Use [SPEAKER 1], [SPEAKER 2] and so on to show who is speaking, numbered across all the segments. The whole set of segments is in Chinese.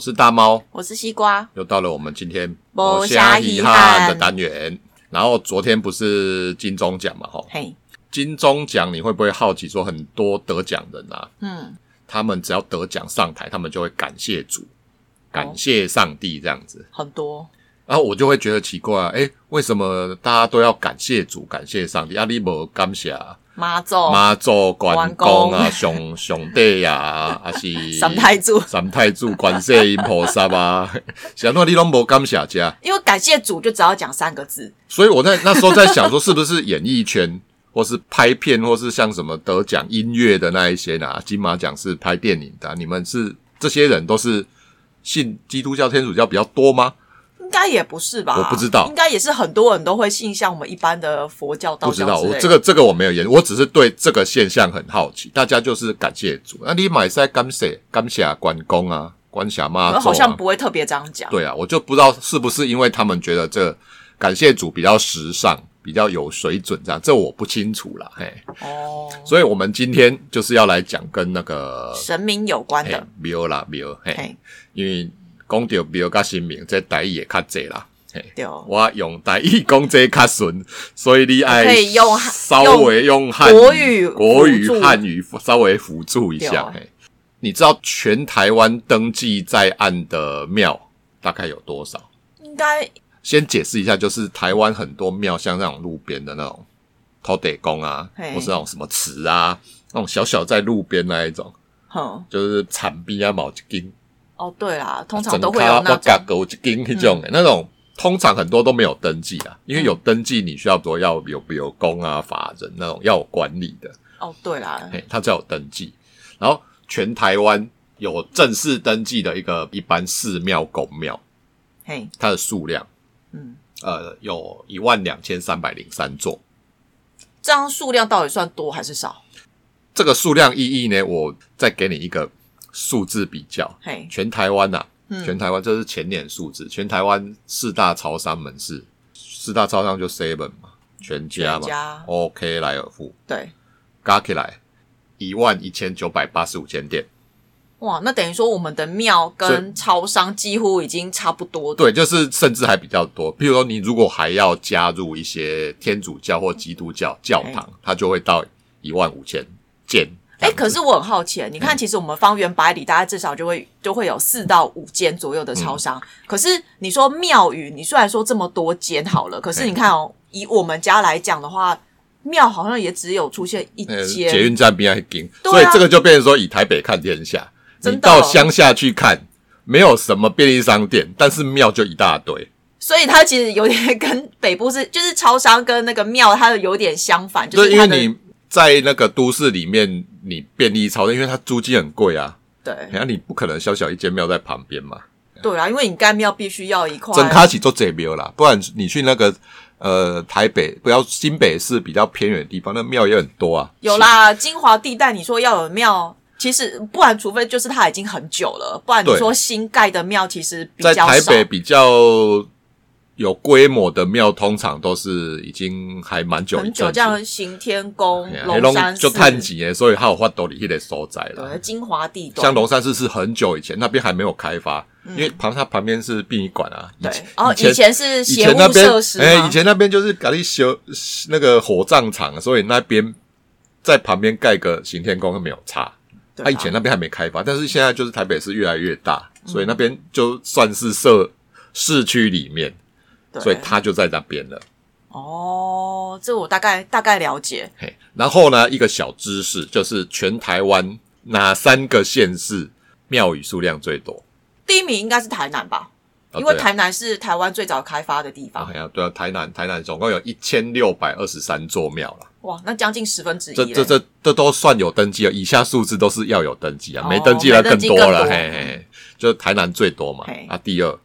[SPEAKER 1] 是大猫，
[SPEAKER 2] 我是西瓜，
[SPEAKER 1] 又到了我们今天
[SPEAKER 2] 无
[SPEAKER 1] 虾
[SPEAKER 2] 虾
[SPEAKER 1] 遗
[SPEAKER 2] 遗
[SPEAKER 1] 憾
[SPEAKER 2] 憾
[SPEAKER 1] 的单元。然后昨天不是金钟奖嘛，哈，
[SPEAKER 2] 嘿，
[SPEAKER 1] 金钟奖你会不会好奇说很多得奖人啊，
[SPEAKER 2] 嗯，
[SPEAKER 1] 他们只要得奖上台，他们就会感谢主，
[SPEAKER 2] 哦
[SPEAKER 1] 感谢上帝这样子。
[SPEAKER 2] 很多，
[SPEAKER 1] 然后我就会觉得奇怪、啊，诶，为什么大家都要感谢主、感谢上帝？啊，你无感谢啊
[SPEAKER 2] 妈祖、
[SPEAKER 1] 妈祖、关公啊、
[SPEAKER 2] 哦关公
[SPEAKER 1] 上上帝啊，还 是
[SPEAKER 2] 三太子
[SPEAKER 1] 三太子、观世音菩萨啊？ 想说你都无感谢家，
[SPEAKER 2] 因为感谢主就只要讲三个字，
[SPEAKER 1] 所以我在那时候在想说，是不是演艺圈， 或是拍片，或是像什么得奖音乐的那一些啦、金马奖是拍电影的啊、你们是这些人都是信基督教、天主教比较多吗？
[SPEAKER 2] 应该也不是吧？
[SPEAKER 1] 我不知道
[SPEAKER 2] 应该也是很多人都会信像我们一般的佛教、道
[SPEAKER 1] 不知
[SPEAKER 2] 教
[SPEAKER 1] 道，
[SPEAKER 2] 之类
[SPEAKER 1] 我
[SPEAKER 2] 的
[SPEAKER 1] 这个这个我没有研，我只是对这个现象很好奇。大家就是感谢主，那、你买在感谢感谢关公啊，关谢
[SPEAKER 2] 可
[SPEAKER 1] 妈祖、
[SPEAKER 2] 能
[SPEAKER 1] 啊，
[SPEAKER 2] 好像不会特别这样讲。
[SPEAKER 1] 对啊，我就不知道是不是因为他们觉得这感谢主比较时尚，比较有水准这样，这我不清楚啦。嘿，
[SPEAKER 2] 哦，
[SPEAKER 1] 所以我们今天就是要来讲跟那个
[SPEAKER 2] 神明有关
[SPEAKER 1] 嘿
[SPEAKER 2] 的，
[SPEAKER 1] 庙啦庙，嘿，
[SPEAKER 2] 嘿，
[SPEAKER 1] 因为讲到庙甲神明，这台语也较济啦。嘿，
[SPEAKER 2] 对，哦
[SPEAKER 1] 我用台语讲这较顺，所以你爱
[SPEAKER 2] 可以用
[SPEAKER 1] 稍微用汉
[SPEAKER 2] 国语
[SPEAKER 1] 国语
[SPEAKER 2] 辅助
[SPEAKER 1] 汉语稍微辅助一下。
[SPEAKER 2] 对哦
[SPEAKER 1] 嘿，你知道全台湾登记在案的庙大概有多少？
[SPEAKER 2] 应该
[SPEAKER 1] 先解释一下，就是台湾很多庙，像那种路边的那种土地公啊，
[SPEAKER 2] 嘿
[SPEAKER 1] 或是那种什么祠啊，那种小小在路边那一种，
[SPEAKER 2] 哼，
[SPEAKER 1] 就是产壁啊、毛巾，
[SPEAKER 2] 哦，对啦，通常
[SPEAKER 1] 整啊
[SPEAKER 2] 都会有那
[SPEAKER 1] 我嘎
[SPEAKER 2] 种，嗯
[SPEAKER 1] 狗巾那种、那种通常很多都没有登记啊，因为有登记，你需要说要有有公啊、法人那种要有管理的，
[SPEAKER 2] 哦，对啦，
[SPEAKER 1] 嘿，他才有登记。然后全台湾有正式登记的一个一般寺庙公庙，
[SPEAKER 2] 嘿，
[SPEAKER 1] 它的数量
[SPEAKER 2] 嗯，
[SPEAKER 1] 呃有一万两千三百零三座。
[SPEAKER 2] 这样数量到底算多还是少？
[SPEAKER 1] 这个数量意义呢，我再给你一个数字比较。
[SPEAKER 2] 嘿，
[SPEAKER 1] 全台湾呐、
[SPEAKER 2] 嗯
[SPEAKER 1] 全台湾这是前年数字，全台湾四大超商门市，四大超商就 Seven 嘛，全家嘛
[SPEAKER 2] 全家
[SPEAKER 1] o k 莱尔富
[SPEAKER 2] 对，
[SPEAKER 1] 加起来一万一千九百八十五间店，
[SPEAKER 2] 哇，那等于说我们的庙
[SPEAKER 1] 所
[SPEAKER 2] 跟超商几乎已经差不多，
[SPEAKER 1] 对，就是甚至还比较多。譬如说，你如果还要加入一些天主教或基督教教堂，它就会到一万五千间。
[SPEAKER 2] 哎、可是我很好奇，你看，
[SPEAKER 1] 嗯
[SPEAKER 2] 其实我们方圆百里，大概至少就会就会有四到五间左右的超商。
[SPEAKER 1] 嗯
[SPEAKER 2] 可是你说庙宇，你虽然说这么多间好了，可是
[SPEAKER 1] 嗯
[SPEAKER 2] 你看哦，以我们家来讲的话，庙好像也只有出现一
[SPEAKER 1] 呃，
[SPEAKER 2] 间。
[SPEAKER 1] 捷运站边还近，
[SPEAKER 2] 对啊
[SPEAKER 1] 所以这个就变成说以台北看天下，
[SPEAKER 2] 真
[SPEAKER 1] 你
[SPEAKER 2] 的哦
[SPEAKER 1] 到乡下去看，没有什么便利商店，但是庙就一大堆。
[SPEAKER 2] 所以它其实有点跟北部是，就是超商跟那个庙，它有点相反，就
[SPEAKER 1] 就是是因
[SPEAKER 2] 它
[SPEAKER 1] 为
[SPEAKER 2] 的
[SPEAKER 1] 你在那个都市里面，你便利超市，因为它租金很贵啊，
[SPEAKER 2] 对
[SPEAKER 1] 然后你不可能小小一间庙在旁边嘛，
[SPEAKER 2] 对啊啦，因为你干庙必须要一块
[SPEAKER 1] 整卡起做这庙啦，不然你去那个呃台北，不要新北市比较偏远的地方，那庙也很多啊。
[SPEAKER 2] 有啦，金华地带你说要有庙，其实不然，除非就是它已经很久了，不然你
[SPEAKER 1] 对
[SPEAKER 2] 说新盖的庙其实比
[SPEAKER 1] 在
[SPEAKER 2] 较少。
[SPEAKER 1] 台北比较有规模的庙，通常都是已经还蛮久一
[SPEAKER 2] 很
[SPEAKER 1] 阵
[SPEAKER 2] 久，
[SPEAKER 1] 子
[SPEAKER 2] 这样行天宫、龙
[SPEAKER 1] 哎龙
[SPEAKER 2] 山寺
[SPEAKER 1] 就探几年，所以还有发斗里迄个所在啦
[SPEAKER 2] 对。金华地段，
[SPEAKER 1] 像龙山寺是很久以前，那边还没有开发，因为旁它旁边是殡仪馆啊。以
[SPEAKER 2] 对哦
[SPEAKER 1] 前，
[SPEAKER 2] 然后以前是
[SPEAKER 1] 以
[SPEAKER 2] 邪
[SPEAKER 1] 前那
[SPEAKER 2] 物
[SPEAKER 1] 边
[SPEAKER 2] 设施，
[SPEAKER 1] 哎、
[SPEAKER 2] 嘛，
[SPEAKER 1] 以前那边就是搞一修那个火葬场，所以那边在旁边盖个行天宫没有差。
[SPEAKER 2] 对
[SPEAKER 1] 啊，
[SPEAKER 2] 吧
[SPEAKER 1] 以前那边还没开发，但是现在就是台北市越来越大，所以那边就算是社市区里面，
[SPEAKER 2] 对
[SPEAKER 1] 所以它就在那边了。
[SPEAKER 2] 哦，这我大概大概了解，
[SPEAKER 1] 嘿，然后呢，一个小知识就是全台湾哪三个县市庙宇数量最多？
[SPEAKER 2] 第一名应该是台南吧，
[SPEAKER 1] 啊
[SPEAKER 2] 因为
[SPEAKER 1] 对啊
[SPEAKER 2] 台南是台湾最早开发的地
[SPEAKER 1] 啊
[SPEAKER 2] 方，，
[SPEAKER 1] 哎呀，对啊，台南台南总共有一千六百二十三座庙啦，
[SPEAKER 2] 哇，那将近十分之一
[SPEAKER 1] 这
[SPEAKER 2] 嘞
[SPEAKER 1] 这这这都算有登记啊了，以下数字都是要有登记啊，
[SPEAKER 2] 哦
[SPEAKER 1] 没登记的更
[SPEAKER 2] 没登记更
[SPEAKER 1] 多了，
[SPEAKER 2] 多
[SPEAKER 1] 嘿嘿嘿，就台南最多嘛
[SPEAKER 2] 嘿，
[SPEAKER 1] 啊，第二，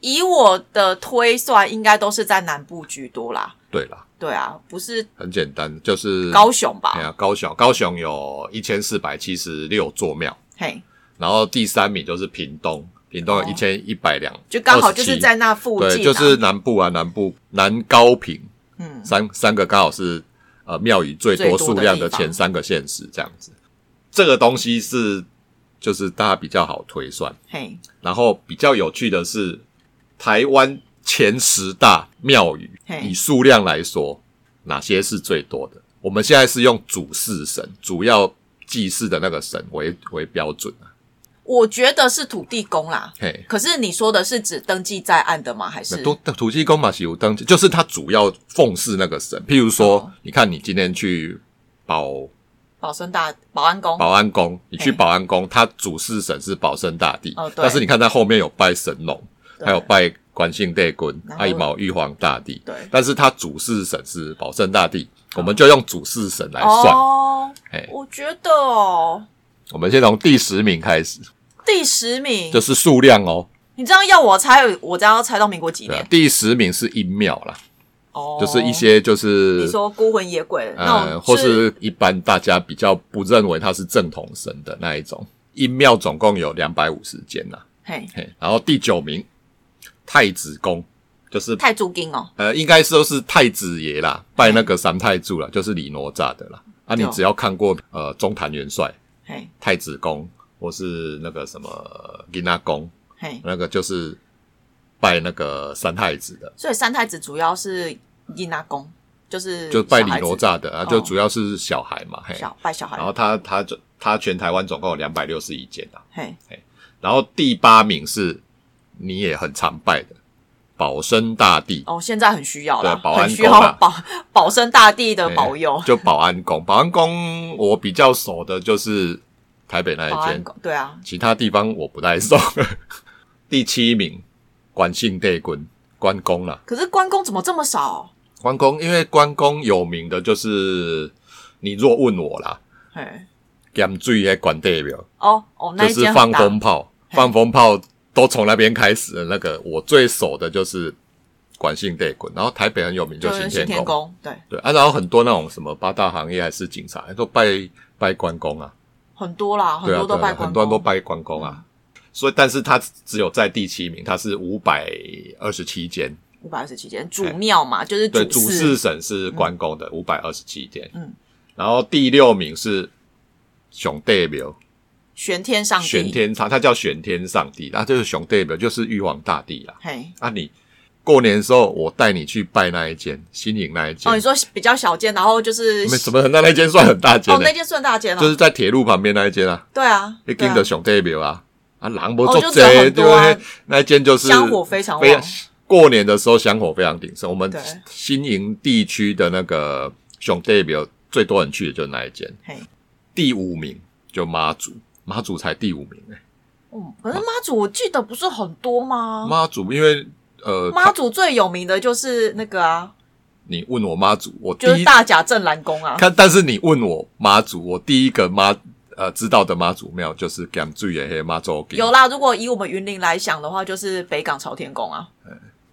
[SPEAKER 2] 以我的推算，应该都是在南部居多啦。
[SPEAKER 1] 对啦，
[SPEAKER 2] 对啊，不是
[SPEAKER 1] 很简单，就是
[SPEAKER 2] 高雄吧？
[SPEAKER 1] 哎呀，高雄，高雄有一千四百七十六座庙，
[SPEAKER 2] 嘿，
[SPEAKER 1] 然后第三名就是屏东，屏东有
[SPEAKER 2] 哦
[SPEAKER 1] 一千一百两，
[SPEAKER 2] 就刚好就是在那附近、啊，
[SPEAKER 1] 对，就是南部啊，南部南高平
[SPEAKER 2] 嗯，
[SPEAKER 1] 三三个刚好是呃庙宇最
[SPEAKER 2] 最
[SPEAKER 1] 多
[SPEAKER 2] 多的
[SPEAKER 1] 数量的
[SPEAKER 2] 地方
[SPEAKER 1] 前三个县市这样子。这个东西是就是大家比较好推算。
[SPEAKER 2] 嘿，
[SPEAKER 1] 然后比较有趣的是，台湾前十大庙宇
[SPEAKER 2] 嘿
[SPEAKER 1] 以数量来说，哪些是最多的？我们现在是用主祀神，主要祭祀的那个神为为标准啊。
[SPEAKER 2] 我觉得是土地公啦。
[SPEAKER 1] 嘿，
[SPEAKER 2] 可是你说的是指登记在案的吗？还是
[SPEAKER 1] 那土土地公嘛，是有登记，就是他主要奉祀那个神。譬如说，
[SPEAKER 2] 哦
[SPEAKER 1] 你看你今天去保
[SPEAKER 2] 保生大保安宫？
[SPEAKER 1] 保安宫，你去
[SPEAKER 2] 嘿
[SPEAKER 1] 保安宫，他主祀神是保生大帝，
[SPEAKER 2] 哦对
[SPEAKER 1] 但是你看他后面有拜神农，
[SPEAKER 2] 对
[SPEAKER 1] 还有拜关姓帝君、
[SPEAKER 2] 然后
[SPEAKER 1] 爱卯玉皇大帝，
[SPEAKER 2] 对
[SPEAKER 1] 但是他主祀神是保生大帝，我们就用主祀神来算。
[SPEAKER 2] 哦，
[SPEAKER 1] 哎，
[SPEAKER 2] 我觉得哦，
[SPEAKER 1] 我们先从第十名开始，
[SPEAKER 2] 第十名，
[SPEAKER 1] 就是数量哦，
[SPEAKER 2] 你这样要我猜，我这样要猜到民国几
[SPEAKER 1] 对啊
[SPEAKER 2] 年？，
[SPEAKER 1] 第十名是阴庙啦，
[SPEAKER 2] 哦，
[SPEAKER 1] 就是一些就是
[SPEAKER 2] 你说孤魂野鬼那
[SPEAKER 1] 呃，
[SPEAKER 2] 种，
[SPEAKER 1] 或是一般大家比较不认为它是正统神的那一种。阴庙总共有两百五十间呐，
[SPEAKER 2] 嘿
[SPEAKER 1] 嘿，然后第九名太子宫，就是
[SPEAKER 2] 太祖金哦，
[SPEAKER 1] 呃，应该说是太子爷啦，拜那个三太柱啦，就是李哪吒的啦。啊，你
[SPEAKER 2] 对哦
[SPEAKER 1] 只要看过呃中坛元帅、
[SPEAKER 2] 嘿
[SPEAKER 1] 太子宫，或是那个什么金阿宫，
[SPEAKER 2] 嘿，
[SPEAKER 1] 那个就是拜那个三太子的，
[SPEAKER 2] 所以三太子主要是阴阿公，就是
[SPEAKER 1] 就拜
[SPEAKER 2] 小
[SPEAKER 1] 李
[SPEAKER 2] 孩
[SPEAKER 1] 哪
[SPEAKER 2] 子
[SPEAKER 1] 吒的啊，就
[SPEAKER 2] 哦
[SPEAKER 1] 主要是小孩嘛，嘿。
[SPEAKER 2] 小拜小孩，
[SPEAKER 1] 然后他他就他全台湾总共有两百六十一间啊，
[SPEAKER 2] 嘿
[SPEAKER 1] 然后第八名是你也很常拜的保生大帝，
[SPEAKER 2] 哦，现在很需要啦
[SPEAKER 1] 对啊保安
[SPEAKER 2] 很需
[SPEAKER 1] 宫啦
[SPEAKER 2] 要保保生大帝的保佑
[SPEAKER 1] 哎，就保安宫。保安宫我比较熟的就是台北那
[SPEAKER 2] 保
[SPEAKER 1] 一
[SPEAKER 2] 安
[SPEAKER 1] 间，
[SPEAKER 2] 宫对啊，
[SPEAKER 1] 其他地方我不太熟。 第七名关姓帝君关公啦，
[SPEAKER 2] 可是关公怎么这么少？
[SPEAKER 1] 关公因为关公有名的就是你若问我啦，
[SPEAKER 2] 嘿，
[SPEAKER 1] 咸水的关帝庙
[SPEAKER 2] 哦哦，那
[SPEAKER 1] 就
[SPEAKER 2] 一
[SPEAKER 1] 是
[SPEAKER 2] 间
[SPEAKER 1] 放
[SPEAKER 2] 很大，
[SPEAKER 1] 风炮，放风炮都从那边开始的那个，我最熟的就是管姓帝君，然后台北很有名
[SPEAKER 2] 就
[SPEAKER 1] 就是行
[SPEAKER 2] 新
[SPEAKER 1] 天
[SPEAKER 2] 天
[SPEAKER 1] 宫，
[SPEAKER 2] 宫，对，
[SPEAKER 1] 对啊，然后很多那种什么八大行业还是警察都拜拜关公啊，
[SPEAKER 2] 很多啦，很
[SPEAKER 1] 对啊，
[SPEAKER 2] 多
[SPEAKER 1] 对
[SPEAKER 2] 都拜
[SPEAKER 1] 啊，
[SPEAKER 2] 关公，
[SPEAKER 1] 很多人都拜关公啊，所以但是他只有在第七名，他是五百二十七间，
[SPEAKER 2] 五百二十七间主庙嘛，就是
[SPEAKER 1] 哎对，主
[SPEAKER 2] 主
[SPEAKER 1] 事
[SPEAKER 2] 祀
[SPEAKER 1] 省是关公的五百二十七间，
[SPEAKER 2] 嗯，
[SPEAKER 1] 然后第六名是熊帝庙。
[SPEAKER 2] 玄天上帝，
[SPEAKER 1] 玄天上，他叫玄天上帝，那、就是熊代表，就是玉皇大帝啦。
[SPEAKER 2] 嘿。
[SPEAKER 1] 啊，你过年的时候，我带你去拜那一间新营那一间，
[SPEAKER 2] 哦，你说比较小间，然后就是
[SPEAKER 1] 没什么很大那一间算很大间
[SPEAKER 2] 哦，
[SPEAKER 1] 的、
[SPEAKER 2] 那间算大间了，
[SPEAKER 1] 就是在铁路旁边那一间啊，
[SPEAKER 2] 对啊，
[SPEAKER 1] 一
[SPEAKER 2] 对
[SPEAKER 1] 定
[SPEAKER 2] 啊
[SPEAKER 1] 的熊代表啊，啊，狼不
[SPEAKER 2] 哦
[SPEAKER 1] 做
[SPEAKER 2] 就
[SPEAKER 1] 贼，
[SPEAKER 2] 人很
[SPEAKER 1] 对
[SPEAKER 2] 多啊
[SPEAKER 1] 那一间就是
[SPEAKER 2] 香火非常旺
[SPEAKER 1] 非常过年的时候香火非常鼎盛，我们
[SPEAKER 2] 对
[SPEAKER 1] 新营地区的那个熊代表最多人去的就是那一间，
[SPEAKER 2] 嘿，
[SPEAKER 1] 第五名就妈祖，妈祖才第五名、欸
[SPEAKER 2] 嗯，可是妈祖我记得不是很多吗？
[SPEAKER 1] 妈祖，因为呃，
[SPEAKER 2] 哦妈祖最有名的就是那个啊，
[SPEAKER 1] 你问我妈祖，我第
[SPEAKER 2] 就是
[SPEAKER 1] 一
[SPEAKER 2] 大甲镇澜宫啊，
[SPEAKER 1] 看，但是你问我妈祖，我第一个妈呃知道的妈祖庙就是甘水的黑妈祖宫
[SPEAKER 2] 有啦。如果以我们云林来想的话，就是北港朝天宫啊，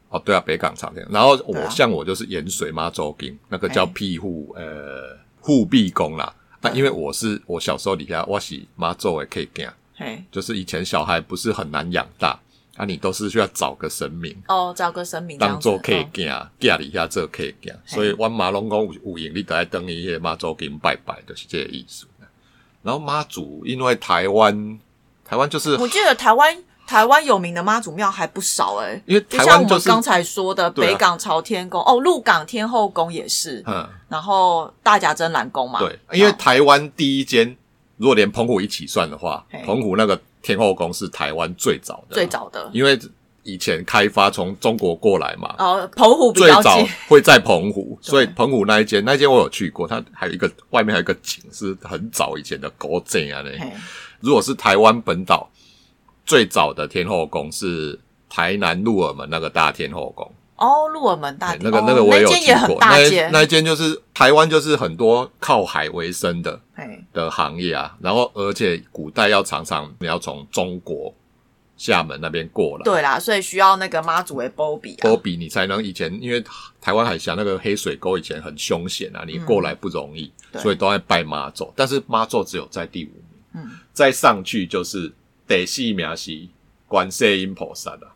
[SPEAKER 1] 哦，对啊，北港长天。然后我、
[SPEAKER 2] 对啊
[SPEAKER 1] 像我就是盐水妈祖宫，那个叫
[SPEAKER 2] 哎
[SPEAKER 1] 庇护、呃护庇宫啦。那、
[SPEAKER 2] 对
[SPEAKER 1] 因为我是我小时候底下我是妈祖的 K 囝，
[SPEAKER 2] 嘿，
[SPEAKER 1] 就是以前小孩不是很难养大，啊，你都是需要找个神明。
[SPEAKER 2] 哦，找个神明这
[SPEAKER 1] 当
[SPEAKER 2] 样子
[SPEAKER 1] 做客
[SPEAKER 2] 嗯
[SPEAKER 1] 囝，囝里遐做客囝，所以阮妈拢讲有有闲，你得爱等伊迄妈祖给拜拜，就是这个意思。然后妈祖，因为台湾，台湾就是
[SPEAKER 2] 嗯我记得台湾台湾有名的妈祖庙还不少哎、
[SPEAKER 1] 因为
[SPEAKER 2] 就
[SPEAKER 1] 台
[SPEAKER 2] 像
[SPEAKER 1] 湾
[SPEAKER 2] 我
[SPEAKER 1] 就
[SPEAKER 2] 们
[SPEAKER 1] 是
[SPEAKER 2] 刚才说的，
[SPEAKER 1] 对啊
[SPEAKER 2] 北港朝天宫、哦，鹿港天后宫也是，
[SPEAKER 1] 嗯，
[SPEAKER 2] 然后大甲镇澜宫嘛，
[SPEAKER 1] 对，因为
[SPEAKER 2] 哦
[SPEAKER 1] 台湾第一间，如果连澎湖一起算的话
[SPEAKER 2] 嘿，
[SPEAKER 1] 澎湖那个天后宫是台湾最早的，啊
[SPEAKER 2] 最，早的，
[SPEAKER 1] 因为以前开发从中国过来嘛，
[SPEAKER 2] 哦，澎湖比
[SPEAKER 1] 最
[SPEAKER 2] 较
[SPEAKER 1] 早
[SPEAKER 2] 近，
[SPEAKER 1] 会在澎湖，
[SPEAKER 2] 对
[SPEAKER 1] 所以澎湖那一间，那一间我有去过，它还有一个外面还有一个景是很早以前的古镇啊嘞。
[SPEAKER 2] 嘿
[SPEAKER 1] 如果是台湾本岛最早的天后宫是台南鹿耳门那个大天后宫，
[SPEAKER 2] 哦，鹿耳门大
[SPEAKER 1] 对
[SPEAKER 2] 殿
[SPEAKER 1] 那个、
[SPEAKER 2] 哦
[SPEAKER 1] 那个我也有
[SPEAKER 2] 间
[SPEAKER 1] 去
[SPEAKER 2] 也很
[SPEAKER 1] 过，
[SPEAKER 2] 大
[SPEAKER 1] 那一
[SPEAKER 2] 间，
[SPEAKER 1] 那一间就是台湾就是很多靠海为生的
[SPEAKER 2] 嘿
[SPEAKER 1] 的行业啊，然后而且古代要常常你要从中国厦门那边过来，
[SPEAKER 2] 对啊啦，所以需要那个妈祖的波比啊
[SPEAKER 1] 波，比你才能以前，因为台湾海峡那个黑水沟以前很凶险啊，你过来不容易，
[SPEAKER 2] 嗯对
[SPEAKER 1] 所以都在拜妈祖。但是妈祖只有在第五名，
[SPEAKER 2] 嗯，
[SPEAKER 1] 再上去就是得四名是观世音菩萨了、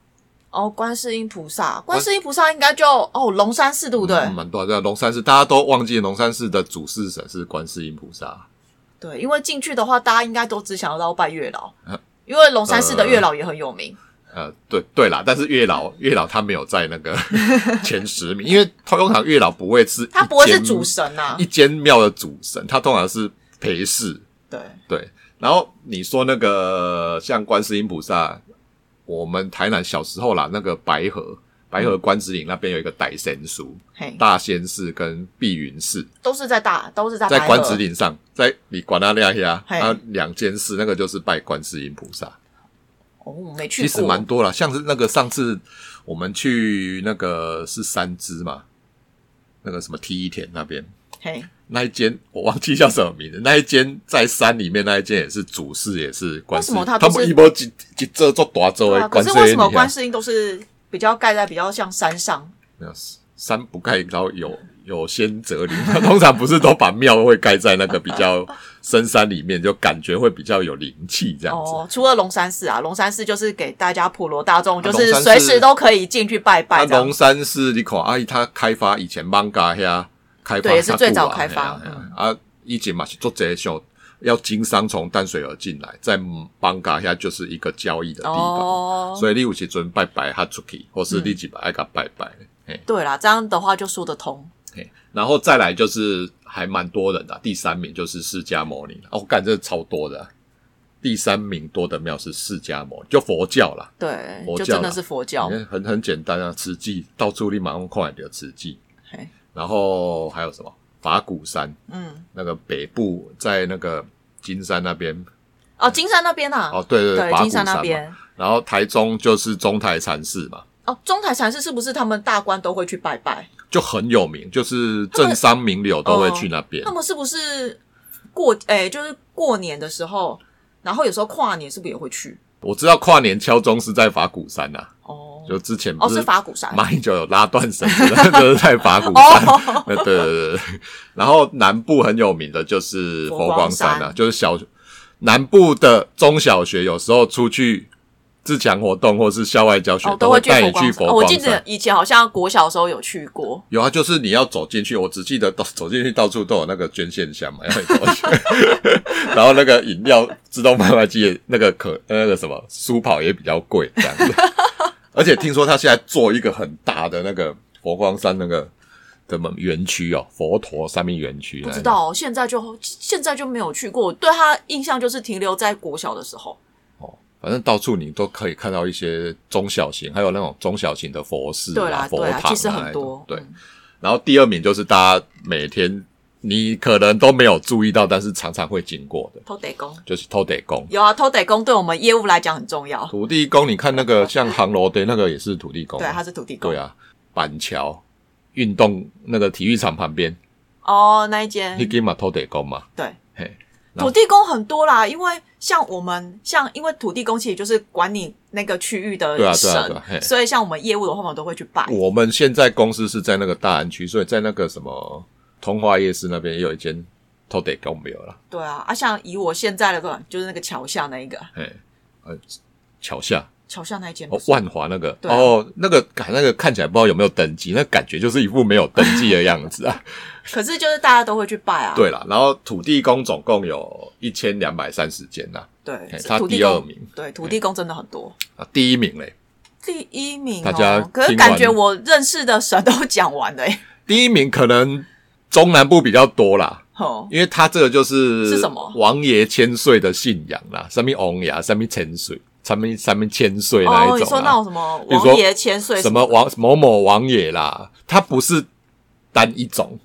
[SPEAKER 2] 哦，观世音菩萨，观世音菩萨应该就哦龙山寺对不对？
[SPEAKER 1] 嗯蛮多的。龙山寺大家都忘记龙山寺的主事神是观世音菩萨，
[SPEAKER 2] 对，因为进去的话，大家应该都只想要到拜月老，因为龙山寺的月老也很有名。
[SPEAKER 1] 呃，对对啦，但是月老月老他没有在那个 前十名，因为通常月老不会是
[SPEAKER 2] 他不会
[SPEAKER 1] 一
[SPEAKER 2] 是
[SPEAKER 1] 间
[SPEAKER 2] 主神啊呐、
[SPEAKER 1] 一间庙的主神，他通常是陪侍。
[SPEAKER 2] 对，
[SPEAKER 1] 对，然后你说那个像观世音菩萨，我们台南小时候啦，那个白河白
[SPEAKER 2] 嗯
[SPEAKER 1] 河观子岭那边有一个傣神书、
[SPEAKER 2] 嘿，
[SPEAKER 1] 大仙寺跟碧云寺，
[SPEAKER 2] 都是在大，都是在
[SPEAKER 1] 在
[SPEAKER 2] 白
[SPEAKER 1] 观
[SPEAKER 2] 河
[SPEAKER 1] 子岭上，在你管那亮呀，
[SPEAKER 2] 嘿
[SPEAKER 1] 啊两间寺，那个就是拜观世音菩萨。
[SPEAKER 2] 哦，我没去
[SPEAKER 1] 其
[SPEAKER 2] 过，
[SPEAKER 1] 实蛮多啦，像是那个上次我们去那个是三芝嘛，那个什么梯田那边
[SPEAKER 2] 嘿，
[SPEAKER 1] 那一间，我忘记叫什么名字。那一间在山里面那一间也是主事，也是观世音。
[SPEAKER 2] 为什么它
[SPEAKER 1] 他
[SPEAKER 2] 不是
[SPEAKER 1] 们一波几几这做哎大周
[SPEAKER 2] 对
[SPEAKER 1] 的
[SPEAKER 2] 啊，可
[SPEAKER 1] 观世
[SPEAKER 2] 是
[SPEAKER 1] 音
[SPEAKER 2] 为什么
[SPEAKER 1] 你看
[SPEAKER 2] 观世音都是比较盖在比较像山上？
[SPEAKER 1] 没有山不盖高有有仙则灵，通常不是都把庙会盖在那个比较深山里面，就感觉会比较有灵气这样子。
[SPEAKER 2] 哦，除了龙山寺啊，龙山寺就是给大家普罗大众，就
[SPEAKER 1] 啊龙
[SPEAKER 2] 是
[SPEAKER 1] 山寺
[SPEAKER 2] 随时都可以进去拜拜
[SPEAKER 1] 那
[SPEAKER 2] 这样
[SPEAKER 1] 啊龙。山寺你看，阿姨她开发以前 manga 遐开发，啊
[SPEAKER 2] 对也是最早开发嗯
[SPEAKER 1] 嘿啊嘿啊，啊以前嘛是做这想要经商从淡水河进来，在 manga 遐就是一个交易的地方，
[SPEAKER 2] 哦，
[SPEAKER 1] 所以你有时阵拜拜他出去，或是你几百爱甲拜拜，嘿
[SPEAKER 2] 对啦，这样的话就说得通。
[SPEAKER 1] 嘿，然后再来就是还蛮多人的、啊第三名就是释迦牟尼，哦，干这超多的啊、第三名多的庙是释迦牟尼，就佛教啦，
[SPEAKER 2] 对
[SPEAKER 1] 佛，
[SPEAKER 2] 就
[SPEAKER 1] 教
[SPEAKER 2] 真的
[SPEAKER 1] 啦
[SPEAKER 2] 是佛教
[SPEAKER 1] 因。为很很简单啊，慈济到处你马上看得到慈济，
[SPEAKER 2] 嘿，
[SPEAKER 1] 然后还有什么法鼓山，
[SPEAKER 2] 嗯，
[SPEAKER 1] 那个北部在那个金山那边，
[SPEAKER 2] 哦，金山那边啊，
[SPEAKER 1] 哦对对
[SPEAKER 2] 对，
[SPEAKER 1] 法
[SPEAKER 2] 金
[SPEAKER 1] 鼓山
[SPEAKER 2] 那
[SPEAKER 1] 嘛。
[SPEAKER 2] 边。
[SPEAKER 1] 然后台中就是中台禅寺嘛，
[SPEAKER 2] 哦，中台禅寺是不是他们大官都会去拜拜？
[SPEAKER 1] 就很有名，就是政商名流都会去那边
[SPEAKER 2] 他。们是不是过诶、就是过年的时候，然后有时候跨年是不是也会去？
[SPEAKER 1] 我知道跨年敲钟是在法鼓山呐、
[SPEAKER 2] 哦，
[SPEAKER 1] 就之前不
[SPEAKER 2] 哦，是法鼓山。
[SPEAKER 1] 马英九有拉断绳 子，就是在法鼓山。呃
[SPEAKER 2] 哦，
[SPEAKER 1] 对对对对，然后南部很有名的就是佛光山
[SPEAKER 2] 佛光
[SPEAKER 1] 啊，
[SPEAKER 2] 山
[SPEAKER 1] 就是小南部的中小学有时候出去自强活动或是校外教学，
[SPEAKER 2] 哦，
[SPEAKER 1] 都
[SPEAKER 2] 会去
[SPEAKER 1] 带你去
[SPEAKER 2] 光
[SPEAKER 1] 佛
[SPEAKER 2] 山。哦我记
[SPEAKER 1] 光
[SPEAKER 2] 得。
[SPEAKER 1] 山
[SPEAKER 2] 以前好像国小的时候有去过，
[SPEAKER 1] 有啊，就是你要走进去，我只记得到走进去到处都有那个捐献箱嘛，要你走去，然后那个饮料自动贩卖机也那个可那个什么书跑也比较贵这样 子，而且听说他现在做一个很大的那个佛光山那个什么园区哦，佛陀三明园区，
[SPEAKER 2] 不知道、哦、现在就现在就没有去过。我对他印象就是停留在国小的时候。
[SPEAKER 1] 反正到处你都可以看到一些中小型，还有那种中小型的佛寺、
[SPEAKER 2] 对啦，
[SPEAKER 1] 佛
[SPEAKER 2] 对
[SPEAKER 1] 堂、
[SPEAKER 2] 啦，
[SPEAKER 1] 啊，
[SPEAKER 2] 其实很多。
[SPEAKER 1] 对，
[SPEAKER 2] 嗯
[SPEAKER 1] 然后第二名就是大家每天你可能都没有注意到，但是常常会经过的，
[SPEAKER 2] 偷得公
[SPEAKER 1] 就是偷得公。
[SPEAKER 2] 有啊，偷得公对我们业务来讲很重要。
[SPEAKER 1] 土地公，你看那个像航楼的那个也是土地公，
[SPEAKER 2] 对，他是土地公。
[SPEAKER 1] 对啊，板桥运动那个体育场旁边，
[SPEAKER 2] 哦，那一
[SPEAKER 1] 你
[SPEAKER 2] 间
[SPEAKER 1] 给嘛偷得公嘛，
[SPEAKER 2] 对。
[SPEAKER 1] 嘿，然后
[SPEAKER 2] 土地公很多啦，因为像我们像，因为土地公其实就是管你那个区域的
[SPEAKER 1] 对啊对
[SPEAKER 2] 神，
[SPEAKER 1] 啊对啊嘿
[SPEAKER 2] 所以像我们业务的话，我们都会去拜。
[SPEAKER 1] 我们现在公司是在那个大安区，所以在那个什么通化夜市那边也有一间偷得公庙啦。
[SPEAKER 2] 对啊，啊，像以我现在的话，就是那个桥下那一个，
[SPEAKER 1] 哎，呃，桥下
[SPEAKER 2] 桥下那一间不
[SPEAKER 1] 哦，
[SPEAKER 2] 是、
[SPEAKER 1] 万华那个、
[SPEAKER 2] 对啊
[SPEAKER 1] 哦，那个感那个看起来不知道有没有登记，那感觉就是一副没有登记的样子啊。
[SPEAKER 2] 可是就是大家都会去拜 啊。
[SPEAKER 1] 对啦，然后土地公总共有一千两百三十间呐，
[SPEAKER 2] 对，
[SPEAKER 1] 嘿
[SPEAKER 2] 是
[SPEAKER 1] 他
[SPEAKER 2] 土地
[SPEAKER 1] 第二
[SPEAKER 2] 公
[SPEAKER 1] 名，
[SPEAKER 2] 对，土地公真的很多。
[SPEAKER 1] 啊，第一名嘞，
[SPEAKER 2] 第一名、哦，
[SPEAKER 1] 大家
[SPEAKER 2] 可是
[SPEAKER 1] 听
[SPEAKER 2] 感
[SPEAKER 1] 完
[SPEAKER 2] 觉我认识的神都讲完了、欸，
[SPEAKER 1] 第一名可能中南部比较多啦。
[SPEAKER 2] 哦，
[SPEAKER 1] 因为他这个就是
[SPEAKER 2] 是什么
[SPEAKER 1] 王爷千岁的信仰啦，什么王爷，啊什么千岁，什么什么千岁那一种、啊
[SPEAKER 2] 哦，你说那种什么
[SPEAKER 1] 比如
[SPEAKER 2] 王
[SPEAKER 1] 说
[SPEAKER 2] 爷千岁
[SPEAKER 1] 什么王某某王爷啦，他不是单一种、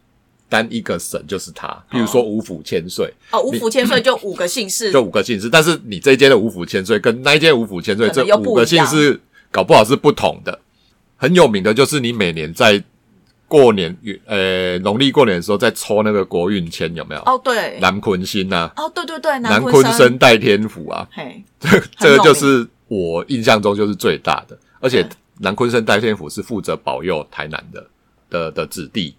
[SPEAKER 1] 单一个神，就是他。比如说五府千岁，
[SPEAKER 2] 哦，五府 千岁就五个姓氏
[SPEAKER 1] 就，五个姓氏，但是你这一间的五府千岁跟那一间五府千岁
[SPEAKER 2] 可
[SPEAKER 1] 这
[SPEAKER 2] 能又
[SPEAKER 1] 五
[SPEAKER 2] 不
[SPEAKER 1] 个
[SPEAKER 2] 一
[SPEAKER 1] 姓
[SPEAKER 2] 样
[SPEAKER 1] 氏，搞不好是不同的。很有名的就是你每年在过年，呃，农历过年的时候在抽那个国运签，有没有？
[SPEAKER 2] 哦，对，
[SPEAKER 1] 南昆星呐、
[SPEAKER 2] 哦，对对对，
[SPEAKER 1] 南
[SPEAKER 2] 南
[SPEAKER 1] 昆
[SPEAKER 2] 生，
[SPEAKER 1] 生代天府啊，
[SPEAKER 2] 嘿，
[SPEAKER 1] 这个
[SPEAKER 2] 很有名
[SPEAKER 1] 就是我印象中就是最大的，而且
[SPEAKER 2] 嗯
[SPEAKER 1] 南昆生代天府是负责保佑台南的的的子弟。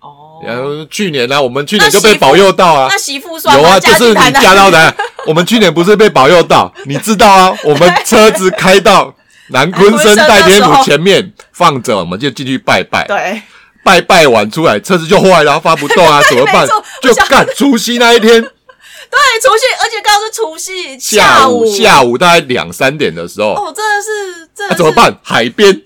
[SPEAKER 2] 哦，
[SPEAKER 1] 然后去年呢、啊我们去年
[SPEAKER 2] 那
[SPEAKER 1] 就
[SPEAKER 2] 媳
[SPEAKER 1] 被
[SPEAKER 2] 妇
[SPEAKER 1] 保佑到啊
[SPEAKER 2] 那，媳妇算
[SPEAKER 1] 有
[SPEAKER 2] 吗
[SPEAKER 1] 啊，就
[SPEAKER 2] 嫁
[SPEAKER 1] 是
[SPEAKER 2] 进
[SPEAKER 1] 你
[SPEAKER 2] 台南
[SPEAKER 1] 嫁到南，我们去年不是被保佑到，你知道啊，我们车子 开到南昆生代天府前面放着，我们就进去拜拜，
[SPEAKER 2] 对，
[SPEAKER 1] 拜拜完出来车子就坏了，然后发不动啊，怎么办
[SPEAKER 2] 没错？
[SPEAKER 1] 就
[SPEAKER 2] 我想
[SPEAKER 1] 干除夕那一
[SPEAKER 2] 对，
[SPEAKER 1] 天，
[SPEAKER 2] 除夕，而且刚刚是除夕
[SPEAKER 1] 下
[SPEAKER 2] 午，
[SPEAKER 1] 下午大概两三点的时候，
[SPEAKER 2] 哦，真的是，真
[SPEAKER 1] 那、
[SPEAKER 2] 的
[SPEAKER 1] 怎么
[SPEAKER 2] 是？
[SPEAKER 1] 办？海 边，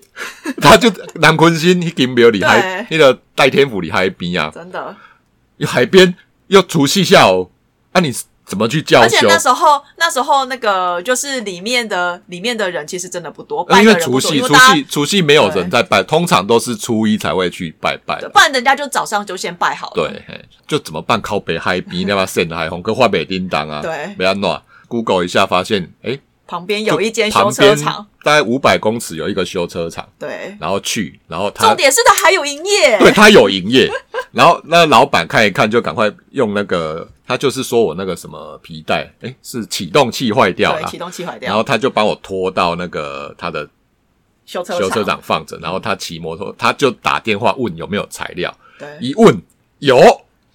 [SPEAKER 1] 他就南昆新一金庙里海，
[SPEAKER 2] 对
[SPEAKER 1] 那个戴天府里海边啊，
[SPEAKER 2] 真的，
[SPEAKER 1] 又海边又除夕下午，啊，你怎么去叫
[SPEAKER 2] 而且
[SPEAKER 1] 休？
[SPEAKER 2] 那时候，那时候那个就是里面的里面的人其实真的不多，
[SPEAKER 1] 呃
[SPEAKER 2] 拜
[SPEAKER 1] 因
[SPEAKER 2] 的
[SPEAKER 1] 为
[SPEAKER 2] 人
[SPEAKER 1] 除
[SPEAKER 2] 不多，
[SPEAKER 1] 夕
[SPEAKER 2] 因为
[SPEAKER 1] 除
[SPEAKER 2] 大
[SPEAKER 1] 夕除夕没有
[SPEAKER 2] 对
[SPEAKER 1] 人在拜，通常都是初一才会去拜拜
[SPEAKER 2] 家，
[SPEAKER 1] 的。
[SPEAKER 2] 不然人家就早上就先拜好了。
[SPEAKER 1] 对，嘿就怎么办？靠北海边，那把剩海红跟画北叮当啊，
[SPEAKER 2] 对
[SPEAKER 1] 没安暖。Google 一下发现，哎、
[SPEAKER 2] 旁边有一间
[SPEAKER 1] 旁
[SPEAKER 2] 修车
[SPEAKER 1] 边
[SPEAKER 2] 厂，
[SPEAKER 1] 大概五百公尺有一个修车厂，
[SPEAKER 2] 对，
[SPEAKER 1] 然后去，然后他
[SPEAKER 2] 重点是它还有营业，
[SPEAKER 1] 对他有营业，然后那老板看一看就赶快用那个，他就是说我那个什么皮带，哎，是启动器坏掉
[SPEAKER 2] 对，
[SPEAKER 1] 了
[SPEAKER 2] 启，动器坏
[SPEAKER 1] 然
[SPEAKER 2] 掉，
[SPEAKER 1] 后他就帮我拖到那个他的
[SPEAKER 2] 修车
[SPEAKER 1] 修车，厂放着，然后他骑摩托，他就打电话问有没有材料，
[SPEAKER 2] 对，
[SPEAKER 1] 一问有，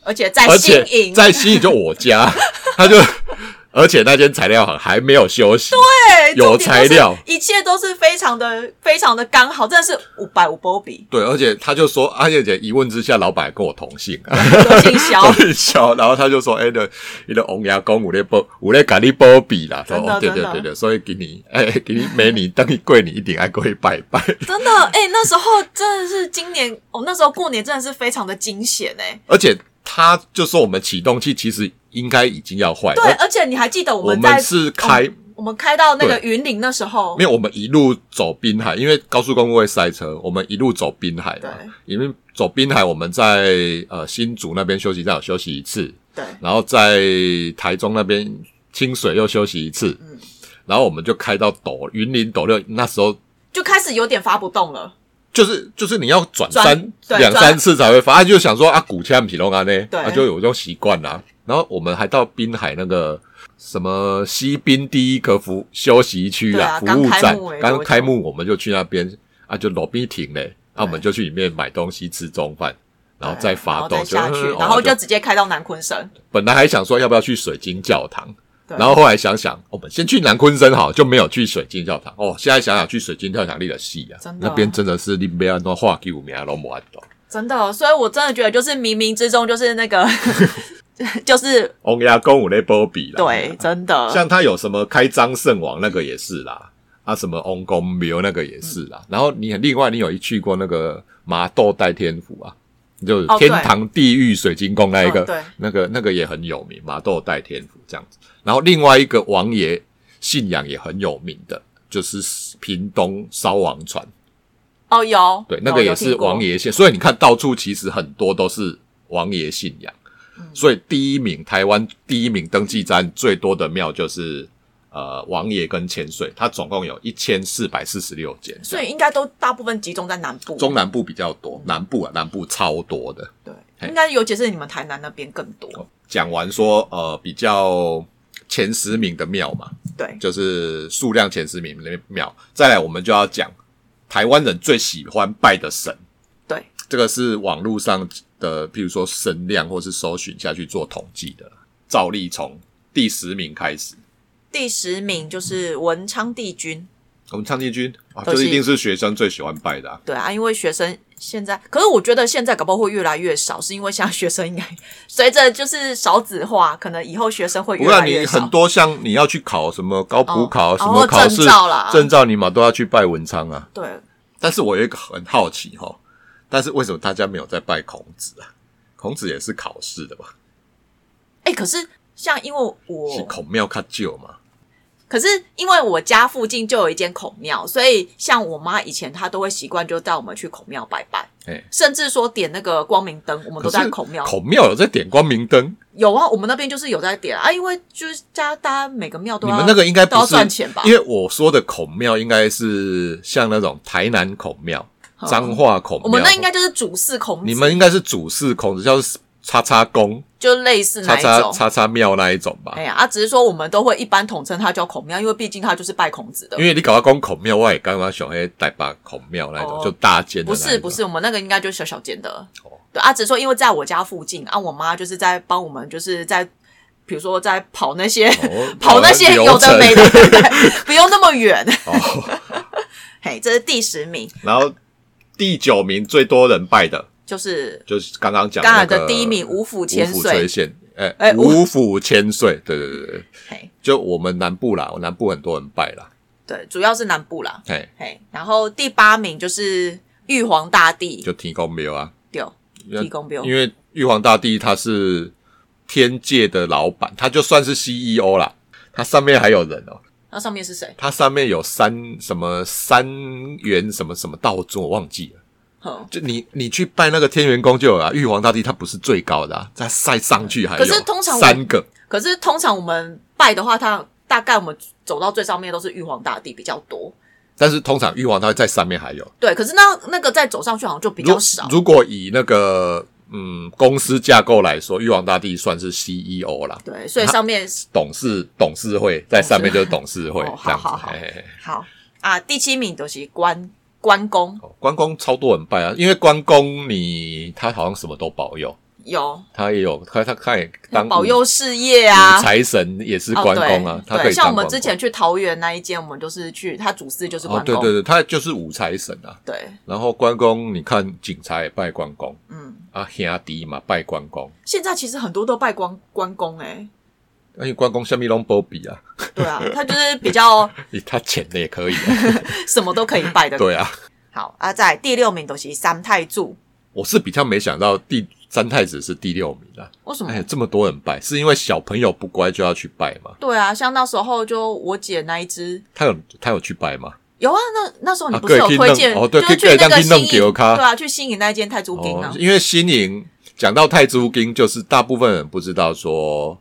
[SPEAKER 2] 而且在
[SPEAKER 1] 而
[SPEAKER 2] 新
[SPEAKER 1] 且
[SPEAKER 2] 营，
[SPEAKER 1] 在新营就我 家，他就而且那间材料行还没有休息，
[SPEAKER 2] 对，
[SPEAKER 1] 有
[SPEAKER 2] 重点都是
[SPEAKER 1] 材料
[SPEAKER 2] 一切都是非常的非常的刚好，真的是五百五波比，
[SPEAKER 1] 对，而且他就说，而且一问之下，老板还跟我同姓。
[SPEAKER 2] 都姓 肖，
[SPEAKER 1] 很小，然后他就说：“哎、的，你的王牙公，我咧波，我咧咖喱波比啦。”说：“
[SPEAKER 2] 真的
[SPEAKER 1] 哦，对对
[SPEAKER 2] 真的
[SPEAKER 1] 对对，所以给你，哎、给你每你等你跪你一定爱跪拜拜。
[SPEAKER 2] 真的，哎、那时候真的是今年，哦，那时候过年真的是非常的惊险哎、
[SPEAKER 1] 而且他就说我们启动器其实应该已经要坏，
[SPEAKER 2] 对，
[SPEAKER 1] 而
[SPEAKER 2] 而且你还记得我
[SPEAKER 1] 我
[SPEAKER 2] 们在哦
[SPEAKER 1] 们是开，
[SPEAKER 2] 我们开到那个云林那时候
[SPEAKER 1] 因，为我们一路走滨海，因为高速公路会塞车，我们一路走滨海嘛
[SPEAKER 2] 对。
[SPEAKER 1] 因为走滨海，我们在呃新竹那边休息站有休息一次，
[SPEAKER 2] 对
[SPEAKER 1] 然后在台中那边清水又休息一次，
[SPEAKER 2] 嗯
[SPEAKER 1] 然后我们就开到斗云林斗六，那时候
[SPEAKER 2] 就开始有点发不动了。
[SPEAKER 1] 就是就是你要转
[SPEAKER 2] 转
[SPEAKER 1] 三
[SPEAKER 2] 对
[SPEAKER 1] 两
[SPEAKER 2] 转
[SPEAKER 1] 三次才会发，他就想说啊，古枪皮龙啊呢，
[SPEAKER 2] 对
[SPEAKER 1] 啊就有这种习惯啦。然后我们还到滨海那个什么西滨第一个服休息区
[SPEAKER 2] 对啊
[SPEAKER 1] 服务
[SPEAKER 2] 刚开
[SPEAKER 1] 站
[SPEAKER 2] 幕没多久
[SPEAKER 1] 刚开幕，我们就去那边啊，就楼梯停嘞，啊我们就去里面买东西吃中饭，然后再发
[SPEAKER 2] 对
[SPEAKER 1] 动
[SPEAKER 2] 然后再下去，
[SPEAKER 1] 就
[SPEAKER 2] 然后
[SPEAKER 1] 哦
[SPEAKER 2] 就直接开到南昆山。
[SPEAKER 1] 本来还想说要不要去水晶教堂，
[SPEAKER 2] 对
[SPEAKER 1] 然后后来想想，哦我们先去南昆山好，就没有去水晶教堂。哦，现在想想去水晶教堂立的戏啊，
[SPEAKER 2] 真的
[SPEAKER 1] 那边真的是你没安多话给我们都没安到。
[SPEAKER 2] 真的，所以我真的觉得就是冥冥之中就是那个， 就是
[SPEAKER 1] 翁牙公有在波比啦，
[SPEAKER 2] 对，真的，
[SPEAKER 1] 像他有什么开张圣王那个也是啦，啊什么翁公庙那个也是啦。
[SPEAKER 2] 嗯
[SPEAKER 1] 然后你另外你有去过那个麻豆代天府啊，就是
[SPEAKER 2] 哦对
[SPEAKER 1] 天堂地狱水晶宫那一个，
[SPEAKER 2] 哦对
[SPEAKER 1] 那个那个也很有名，麻豆代天府这样子。然后另外一个王爷信仰也很有名的，就是屏东烧王船，
[SPEAKER 2] 哦有，
[SPEAKER 1] 对，那个也
[SPEAKER 2] 有
[SPEAKER 1] 是
[SPEAKER 2] 听过
[SPEAKER 1] 王，爷信，所以你看到处其实很多都是王爷信仰，
[SPEAKER 2] 嗯
[SPEAKER 1] 所以第一名台湾第一名登记站最多的庙就是呃王爷跟千岁，它总共有一千四百四十六间，
[SPEAKER 2] 所以应该都大部分集中在南部，
[SPEAKER 1] 啊中南部比较多，南部啊南部超多的。
[SPEAKER 2] 对，
[SPEAKER 1] 嘿哦
[SPEAKER 2] 应该尤其是你们台南那边更多，
[SPEAKER 1] 讲完说呃比较前十名的庙嘛，
[SPEAKER 2] 对，
[SPEAKER 1] 就是数量前十名的庙，再来我们就要讲台湾人最喜欢拜的神。
[SPEAKER 2] 对，
[SPEAKER 1] 这个是网络上的，譬如说声量或是搜寻下去做统计的，照例从第十名开始。
[SPEAKER 2] 第十名就是文昌帝君，
[SPEAKER 1] 我们昌帝君啊，
[SPEAKER 2] 都
[SPEAKER 1] 这
[SPEAKER 2] 是
[SPEAKER 1] 一定是学生最喜欢拜的、啊。
[SPEAKER 2] 对啊，因为学生现在，可是我觉得现在搞不好会越来越少，是因为现在学生应该随着就是少子化，可能以后学生会
[SPEAKER 1] 不
[SPEAKER 2] 越来
[SPEAKER 1] 然
[SPEAKER 2] 越
[SPEAKER 1] 你
[SPEAKER 2] 少。
[SPEAKER 1] 很多像你要去考什么高普考、
[SPEAKER 2] 哦
[SPEAKER 1] 什么考试、
[SPEAKER 2] 哦证照啦
[SPEAKER 1] 证照你嘛都要去拜文昌啊。
[SPEAKER 2] 对，
[SPEAKER 1] 但是我有一个很好奇哈、但是为什么大家没有在拜孔子啊？孔子也是考试的吧？
[SPEAKER 2] 哎，可是像因为
[SPEAKER 1] 是
[SPEAKER 2] 我，
[SPEAKER 1] 孔庙较旧嘛？
[SPEAKER 2] 可是因为我家附近就有一间孔庙，所以像我妈以前她都会习惯就带我们去孔庙拜拜，
[SPEAKER 1] 哎，
[SPEAKER 2] 甚至说点那个光明灯，我们
[SPEAKER 1] 可
[SPEAKER 2] 都
[SPEAKER 1] 是
[SPEAKER 2] 在孔庙
[SPEAKER 1] 孔庙有在点光明灯，
[SPEAKER 2] 有啊，我们那边就是有在点啊，因为就是家大家每个庙都
[SPEAKER 1] 你
[SPEAKER 2] 要
[SPEAKER 1] 们那个应该
[SPEAKER 2] 啊都
[SPEAKER 1] 不
[SPEAKER 2] 要
[SPEAKER 1] 是
[SPEAKER 2] 赚钱吧？
[SPEAKER 1] 因为我说的孔庙应该是像那种台南孔庙、
[SPEAKER 2] 嗯
[SPEAKER 1] 彰化孔庙，
[SPEAKER 2] 我们那应该就是主祀孔子，
[SPEAKER 1] 你们应该是主祀孔子，叫叉叉宫、
[SPEAKER 2] 就类似
[SPEAKER 1] 叉
[SPEAKER 2] 哪一
[SPEAKER 1] 叉
[SPEAKER 2] 种？
[SPEAKER 1] 叉叉庙那一种吧
[SPEAKER 2] 哎。呀，啊，只是说我们都会一般统称它叫孔庙，因为毕竟它就是拜孔子的
[SPEAKER 1] 因。为你搞到公孔庙，我也刚刚想黑带把孔庙那一种，
[SPEAKER 2] 哦
[SPEAKER 1] 就大间的
[SPEAKER 2] 不
[SPEAKER 1] 那一种。
[SPEAKER 2] 是不是，我们那个应该就是小小间的。
[SPEAKER 1] 哦
[SPEAKER 2] 对啊，只是说因为在我家附近啊，我妈就是在帮我们，就是在比如说在跑那些、
[SPEAKER 1] 哦
[SPEAKER 2] 跑那些有的没
[SPEAKER 1] 流程
[SPEAKER 2] 的，对不用那么远。
[SPEAKER 1] 哦。
[SPEAKER 2] 嘿，这是第十名，
[SPEAKER 1] 然后第九名最多人拜的
[SPEAKER 2] 就是
[SPEAKER 1] 就是刚刚讲
[SPEAKER 2] 刚才
[SPEAKER 1] 那个
[SPEAKER 2] 的第一名五府
[SPEAKER 1] 五
[SPEAKER 2] 千
[SPEAKER 1] 府
[SPEAKER 2] 岁
[SPEAKER 1] 垂。县，哎、
[SPEAKER 2] 哎
[SPEAKER 1] 五府千岁，对对对对，
[SPEAKER 2] 嘿，
[SPEAKER 1] 就我们南部啦，南部很多人拜啦，
[SPEAKER 2] 对，主要是南部啦，
[SPEAKER 1] 哎，
[SPEAKER 2] 嘿，然后第八名就是玉皇大帝，
[SPEAKER 1] 就提供庙啊，
[SPEAKER 2] 对，提供庙，
[SPEAKER 1] 因为玉皇大帝他是天界的老板，他就算是 CEO 啦，他上面还有人哦，
[SPEAKER 2] 那上面是谁？
[SPEAKER 1] 他上面有三什么三元什么什么道尊，我忘记了。
[SPEAKER 2] 哼，
[SPEAKER 1] 就你你去拜那个天元宫就有了、玉皇大帝他不是最高的、啊，他再上去还有
[SPEAKER 2] 可是通常我
[SPEAKER 1] 三个，
[SPEAKER 2] 可是通常我们拜的话，它大概我们走到最上面都是玉皇大帝比较多，
[SPEAKER 1] 但是通常玉皇大帝在上面还有
[SPEAKER 2] 对，可是那那个再走上去好像就比较少
[SPEAKER 1] 如。如果以那个嗯公司架构来说，玉皇大帝算是 CEO 啦，
[SPEAKER 2] 对，所以上面
[SPEAKER 1] 董事董事会在上面就是董事会
[SPEAKER 2] 董事会
[SPEAKER 1] 这样
[SPEAKER 2] 哦
[SPEAKER 1] 子。
[SPEAKER 2] 好好好
[SPEAKER 1] 嘿嘿嘿
[SPEAKER 2] 好啊，第七名就是关关公
[SPEAKER 1] 哦关公超多人拜啊，因为关公你他好像什么都保佑，
[SPEAKER 2] 有
[SPEAKER 1] 他也有他他他也当
[SPEAKER 2] 保佑事业啊
[SPEAKER 1] 武，财神也是
[SPEAKER 2] 哦
[SPEAKER 1] 关公啊，
[SPEAKER 2] 对
[SPEAKER 1] 他可
[SPEAKER 2] 对，
[SPEAKER 1] 以
[SPEAKER 2] 像
[SPEAKER 1] 当
[SPEAKER 2] 我们
[SPEAKER 1] 关
[SPEAKER 2] 之前去桃园那一间，我们就是去他主祀就是
[SPEAKER 1] 公
[SPEAKER 2] 关
[SPEAKER 1] 哦，
[SPEAKER 2] 公，
[SPEAKER 1] 对对对，他就是武财神啊。
[SPEAKER 2] 对
[SPEAKER 1] 然后关公，你看警察也拜关公
[SPEAKER 2] 嗯，
[SPEAKER 1] 啊，兄弟嘛拜关公，
[SPEAKER 2] 现在其实很多都拜关关公哎、
[SPEAKER 1] 啊因为关公下面拢波比啊，
[SPEAKER 2] 对啊，他就是比较
[SPEAKER 1] 他浅的也可以、啊
[SPEAKER 2] 什么都可以拜的。
[SPEAKER 1] 对啊，
[SPEAKER 2] 好啊，在第六名都是三太柱，
[SPEAKER 1] 我是比较没想到第三太子是第六名啊，
[SPEAKER 2] 为什么？
[SPEAKER 1] 哎，这么多人拜，是因为小朋友不乖就要去拜嘛？
[SPEAKER 2] 对啊，像那时候就我姐那一只。
[SPEAKER 1] 他有他有去拜吗？
[SPEAKER 2] 有啊，那那时候你
[SPEAKER 1] 啊
[SPEAKER 2] 不是有
[SPEAKER 1] 可以去
[SPEAKER 2] 推荐，
[SPEAKER 1] 弄哦对
[SPEAKER 2] 就是
[SPEAKER 1] 可以
[SPEAKER 2] 去那
[SPEAKER 1] 可以
[SPEAKER 2] 个
[SPEAKER 1] 去弄
[SPEAKER 2] 新
[SPEAKER 1] 给我
[SPEAKER 2] 营，
[SPEAKER 1] 看
[SPEAKER 2] 对啊，去新营那一间太祖宫啊
[SPEAKER 1] 哦，，因为新营讲到太子宫，就是大部分人不知道说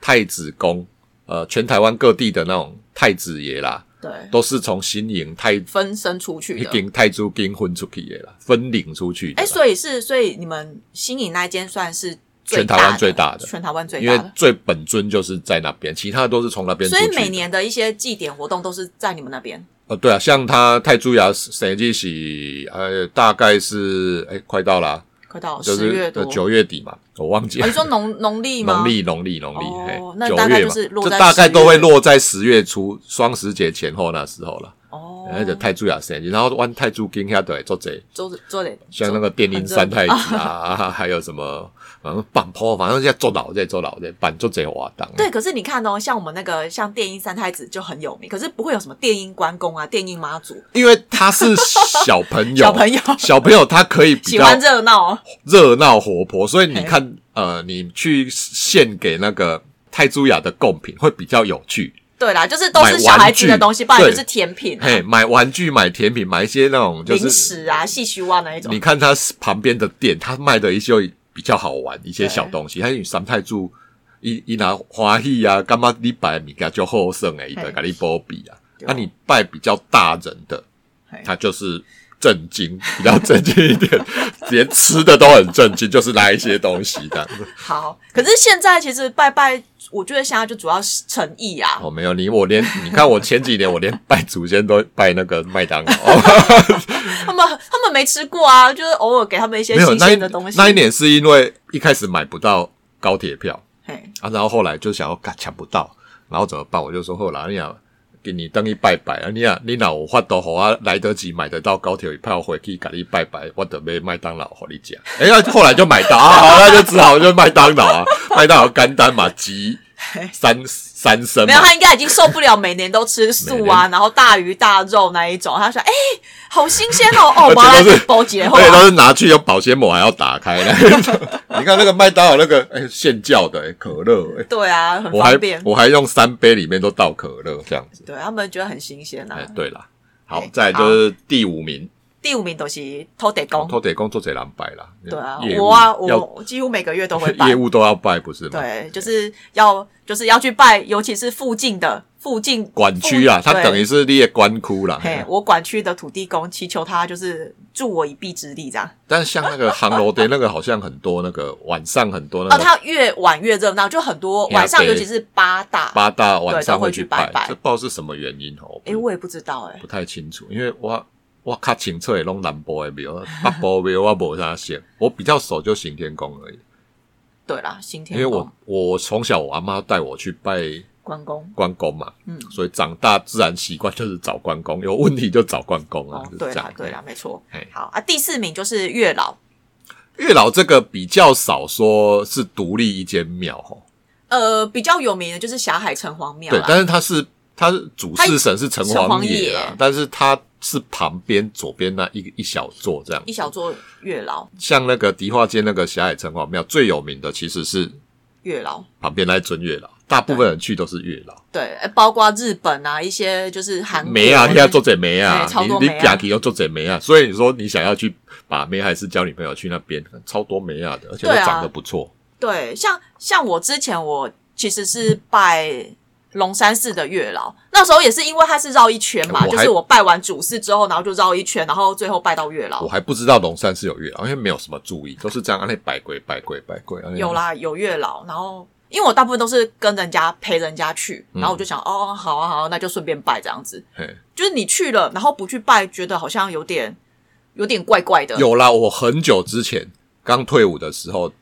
[SPEAKER 1] 太子宫，呃，全台湾各地的那种太子爷啦，
[SPEAKER 2] 对，
[SPEAKER 1] 都是从新营太
[SPEAKER 2] 分身出去
[SPEAKER 1] 一
[SPEAKER 2] 的。
[SPEAKER 1] 定太子宫分出去的啦，分领出去的
[SPEAKER 2] 哎，
[SPEAKER 1] 啦。
[SPEAKER 2] 所以是，所以你们新营那一间算是最
[SPEAKER 1] 全台湾
[SPEAKER 2] 的
[SPEAKER 1] 最大的
[SPEAKER 2] 全台湾最
[SPEAKER 1] 因
[SPEAKER 2] 大
[SPEAKER 1] 为
[SPEAKER 2] 的。
[SPEAKER 1] 最本尊就是在那边，其他的都是从那边出
[SPEAKER 2] 所
[SPEAKER 1] 去
[SPEAKER 2] 以
[SPEAKER 1] 的。
[SPEAKER 2] 每年的一些祭典活动都是在你们那边。
[SPEAKER 1] 呃，对啊，像他泰铢牙神祭喜，呃，大概是哎快到啦，
[SPEAKER 2] 快到
[SPEAKER 1] 就
[SPEAKER 2] 哦十
[SPEAKER 1] 是
[SPEAKER 2] 月
[SPEAKER 1] 呃
[SPEAKER 2] 多，
[SPEAKER 1] 九月底嘛，我忘记
[SPEAKER 2] 哦
[SPEAKER 1] 了
[SPEAKER 2] 你。说农农历吗？
[SPEAKER 1] 农历农历农历，
[SPEAKER 2] 哦
[SPEAKER 1] 嘿
[SPEAKER 2] 那
[SPEAKER 1] 九
[SPEAKER 2] 大概
[SPEAKER 1] 月
[SPEAKER 2] 就
[SPEAKER 1] 嘛，
[SPEAKER 2] 是落
[SPEAKER 1] 这
[SPEAKER 2] 在
[SPEAKER 1] 大概
[SPEAKER 2] 10
[SPEAKER 1] 都会
[SPEAKER 2] 月
[SPEAKER 1] 落在十月初双十节前后那时候了。
[SPEAKER 2] 哦，
[SPEAKER 1] 而且泰铢牙神祭，然后玩泰铢金下对做这，
[SPEAKER 2] 做做哦得
[SPEAKER 1] 像那个电音三太子啊， 还有什么反正板坡，反正现在做老在做老在板做这活动。
[SPEAKER 2] 对，可是你看哦，像我们那个像电音三太子就很有名，可是不会有什么电音关公啊、电音妈祖，
[SPEAKER 1] 因为他是小朋 友，
[SPEAKER 2] 小朋 友
[SPEAKER 1] 小朋友他可以比
[SPEAKER 2] 喜
[SPEAKER 1] 较
[SPEAKER 2] 欢热闹哦。
[SPEAKER 1] 热闹活泼，所以你看，呃，你去献给那个泰珠雅的贡品会比较有趣。
[SPEAKER 2] 对啦，就是都
[SPEAKER 1] 买
[SPEAKER 2] 是小孩
[SPEAKER 1] 玩
[SPEAKER 2] 子
[SPEAKER 1] 具
[SPEAKER 2] 的东西，不然就
[SPEAKER 1] 对
[SPEAKER 2] 是甜品、啊、
[SPEAKER 1] 嘿，买玩具、买甜品、买一些那种就
[SPEAKER 2] 零
[SPEAKER 1] 是，
[SPEAKER 2] 食啊、戏曲袜那一种
[SPEAKER 1] 你。看他旁边的店，他卖的一些比较好玩一些
[SPEAKER 2] 对
[SPEAKER 1] 小东西，还有三泰珠。伊伊拿欢喜啊，干嘛你摆物件就好胜诶，伊就
[SPEAKER 2] 嘿
[SPEAKER 1] 甲你保庇啊。
[SPEAKER 2] 对
[SPEAKER 1] 那、你拜比较大人的，
[SPEAKER 2] 嘿
[SPEAKER 1] 他就是震惊，比较震惊一点， 连吃的都很震惊，就是拿一些东西这样子。
[SPEAKER 2] 好，可是现在其实拜拜，我觉得现在就主要是诚意啊。
[SPEAKER 1] 哦，没有你，我连你看我前几年我连拜祖先都拜那个 麦当劳，哦
[SPEAKER 2] 他们他们没吃过啊，就是偶尔给他们一些
[SPEAKER 1] 没有
[SPEAKER 2] 新
[SPEAKER 1] 那一
[SPEAKER 2] 鲜的东西。
[SPEAKER 1] 那一年是因为一开始买不到高铁票
[SPEAKER 2] 嘿，
[SPEAKER 1] 啊，然后后来就想要干抢不到，然后怎么办？我就说后来你俩给你等一拜拜啊，你俩你俩有法度好啊，来得及买得到高铁票回去，给你拜拜，我得买麦当劳和你 讲。哎、呀，后来就买到啊，好，那就只好就麦当劳啊，麦当劳干单嘛， 鸡三三升
[SPEAKER 2] 没
[SPEAKER 1] 嘛
[SPEAKER 2] 有，，他应该已经受不了每年都吃素 啊，然后大鱼大肉那一种。他说：“哎、好新鲜哦，哦，我要来
[SPEAKER 1] 而且都是
[SPEAKER 2] 包结婚
[SPEAKER 1] 对，。都是拿去有保鲜膜还要打开来。 你看那个麦当劳那个哎、现叫的、哎可乐、哎”
[SPEAKER 2] 对啊，很
[SPEAKER 1] 我还
[SPEAKER 2] 方便。
[SPEAKER 1] 我还用三杯里面都倒可乐这样子。
[SPEAKER 2] 对啊他们觉得很新鲜啊。
[SPEAKER 1] 哎、对啦，好
[SPEAKER 2] 哎，
[SPEAKER 1] 再来就是第五名，
[SPEAKER 2] 第五名都是偷得公，
[SPEAKER 1] 偷得工作者难拜啦。
[SPEAKER 2] 对啊，
[SPEAKER 1] 哦业务
[SPEAKER 2] 我啊，
[SPEAKER 1] 要
[SPEAKER 2] 我几乎每个月都会拜
[SPEAKER 1] 业。务都要拜，不是吗？
[SPEAKER 2] 对，就是要就是要去拜，尤其是附近的附近
[SPEAKER 1] 管区啊，
[SPEAKER 2] 附
[SPEAKER 1] 它等于
[SPEAKER 2] 对
[SPEAKER 1] 是列官窟啦。
[SPEAKER 2] 嘿，我管区的土地公祈求他就是助我一臂之力这样。
[SPEAKER 1] 但是像那个航楼的那个，好像很多那个晚上很多那
[SPEAKER 2] 哦，
[SPEAKER 1] 个
[SPEAKER 2] 他越晚越热闹，就很多
[SPEAKER 1] 嘿啊
[SPEAKER 2] 晚上，
[SPEAKER 1] 对
[SPEAKER 2] 尤其是八大。
[SPEAKER 1] 八大晚上
[SPEAKER 2] 对都会
[SPEAKER 1] 去
[SPEAKER 2] 去拜拜
[SPEAKER 1] 这不知道是什么原因哦。我不
[SPEAKER 2] 哎，我也不知道哎
[SPEAKER 1] 不。太清楚，因为我我较清楚的拢南部的庙，北部的庙我无啥熟，我比较熟就行天宫而已。
[SPEAKER 2] 对啦，新
[SPEAKER 1] 因
[SPEAKER 2] 天
[SPEAKER 1] 为
[SPEAKER 2] 宫
[SPEAKER 1] 我我从小我阿妈带我去拜
[SPEAKER 2] 关公。
[SPEAKER 1] 关公嘛，
[SPEAKER 2] 嗯
[SPEAKER 1] 所以长大自然习惯就是找关公，有问题就找关公啊，
[SPEAKER 2] 哦
[SPEAKER 1] 就，是
[SPEAKER 2] 对
[SPEAKER 1] 这样
[SPEAKER 2] 啦，。对啦，没错
[SPEAKER 1] 嘿。
[SPEAKER 2] 好啊，第四名就是月老，
[SPEAKER 1] 月老这个比较少说是独立一间庙哦，
[SPEAKER 2] 呃，比较有名的就是霞海城隍庙
[SPEAKER 1] 对，
[SPEAKER 2] 啦。
[SPEAKER 1] 但是它是它是主事神是城隍爷
[SPEAKER 2] 城隍
[SPEAKER 1] 啦
[SPEAKER 2] 爷，
[SPEAKER 1] 但是它是旁边左边那一一小座这样
[SPEAKER 2] 一。小座月老，
[SPEAKER 1] 像那个迪化街那个霞海城隍庙最有名的其实是
[SPEAKER 2] 月老
[SPEAKER 1] 旁边那一尊月老，大部分人去都是月老。
[SPEAKER 2] 对，呃包括日本啊，一些就是韩国
[SPEAKER 1] 梅啊，你要做这梅啊
[SPEAKER 2] 对，超多
[SPEAKER 1] 你
[SPEAKER 2] 梅
[SPEAKER 1] 你
[SPEAKER 2] 啊
[SPEAKER 1] 假期要做这梅啊，所以你说你想要去把妹，还是交女朋友去那边，超多梅啊的，而且都
[SPEAKER 2] 对啊
[SPEAKER 1] 长得不错。
[SPEAKER 2] 对，像像我之前我其实是拜龙山寺的月老，那时候也是因为它是绕一圈嘛，
[SPEAKER 1] 我
[SPEAKER 2] 就
[SPEAKER 1] 还
[SPEAKER 2] 是我拜完主事之后，然后就绕一圈，然后最后拜到月
[SPEAKER 1] 我
[SPEAKER 2] 老。
[SPEAKER 1] 还不知道龙山是有月老，因为没有什么注意，都是这样啊那百鬼百鬼百鬼。啊
[SPEAKER 2] 有，啦，有月老，然后因为我大部分都是跟人家陪人家去，
[SPEAKER 1] 嗯
[SPEAKER 2] 然后我就想，哦，好啊，好啊，那就顺便拜这样子。
[SPEAKER 1] 嘿
[SPEAKER 2] 就是你去了，然后不去拜，觉得好像有点有点怪怪的。
[SPEAKER 1] 有啦。我很久之前刚退伍的时候，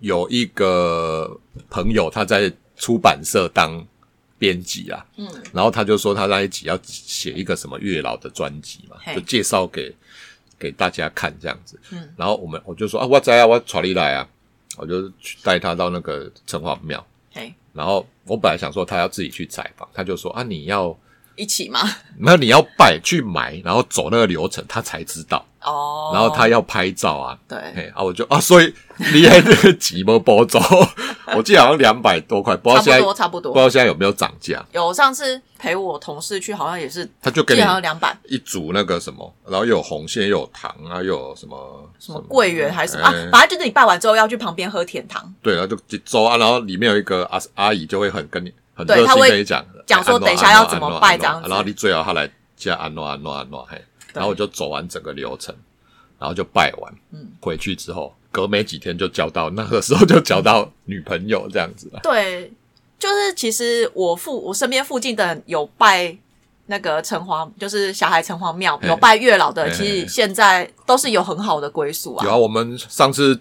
[SPEAKER 1] 有一个朋友他在出版社当编辑啊，
[SPEAKER 2] 嗯，
[SPEAKER 1] 然后他就说他那一集要写一个什么月老的专辑嘛，
[SPEAKER 2] 嘿
[SPEAKER 1] 就介绍给给大家看这样子。
[SPEAKER 2] 嗯，
[SPEAKER 1] 然后我们我就说啊，我在啊，我传你来啊，我就去带他到那个城隍庙。
[SPEAKER 2] 嘿，
[SPEAKER 1] 然后我本来想说他要自己去采访，他就说啊，你要
[SPEAKER 2] 一起嘛。
[SPEAKER 1] 那你要拜去买，然后走那个流程，他才知道。
[SPEAKER 2] 哦，
[SPEAKER 1] 然后他要拍照啊，
[SPEAKER 2] 对，
[SPEAKER 1] 嘿啊，我就啊，所以你还那个几毛包走， 我记得好像两百多块，不知
[SPEAKER 2] 差
[SPEAKER 1] 道
[SPEAKER 2] 不
[SPEAKER 1] 现在
[SPEAKER 2] 多
[SPEAKER 1] 不
[SPEAKER 2] 差不
[SPEAKER 1] 知
[SPEAKER 2] 多。
[SPEAKER 1] 道现在有没有涨价，
[SPEAKER 2] 有上次陪我同事去，好像也是，
[SPEAKER 1] 他就给
[SPEAKER 2] 记
[SPEAKER 1] 你
[SPEAKER 2] 得好像两百。
[SPEAKER 1] 一组那个什么，然后又有红线，又有糖啊，又有什么
[SPEAKER 2] 什么桂圆还是什么、
[SPEAKER 1] 哎
[SPEAKER 2] 啊，反正就是你拜完之后要去旁边喝甜汤，
[SPEAKER 1] 对，然后就一周啊，然后里面有一个阿阿姨就会很跟你很
[SPEAKER 2] 对
[SPEAKER 1] 热
[SPEAKER 2] 她
[SPEAKER 1] 心
[SPEAKER 2] 会
[SPEAKER 1] 跟你讲，
[SPEAKER 2] 讲说
[SPEAKER 1] 哎安诺
[SPEAKER 2] 等一下要怎
[SPEAKER 1] 安诺
[SPEAKER 2] 么
[SPEAKER 1] 安诺
[SPEAKER 2] 拜
[SPEAKER 1] 安诺
[SPEAKER 2] 这样子
[SPEAKER 1] 然后你最好她来加安诺安诺安诺嘿，然后我就走完整个流程，然后就拜完，
[SPEAKER 2] 嗯，
[SPEAKER 1] 回去之后隔没几天就交到那个时候就交到女朋友这样子了，
[SPEAKER 2] 对，就是其实我附我身边附近的人有拜那个城隍，就是霞海城隍庙
[SPEAKER 1] 嘿
[SPEAKER 2] 有拜月老的，
[SPEAKER 1] 嘿嘿
[SPEAKER 2] 其
[SPEAKER 1] 嘿
[SPEAKER 2] 实现在都是有很好的归宿
[SPEAKER 1] 有
[SPEAKER 2] 啊。
[SPEAKER 1] 啊，我们上次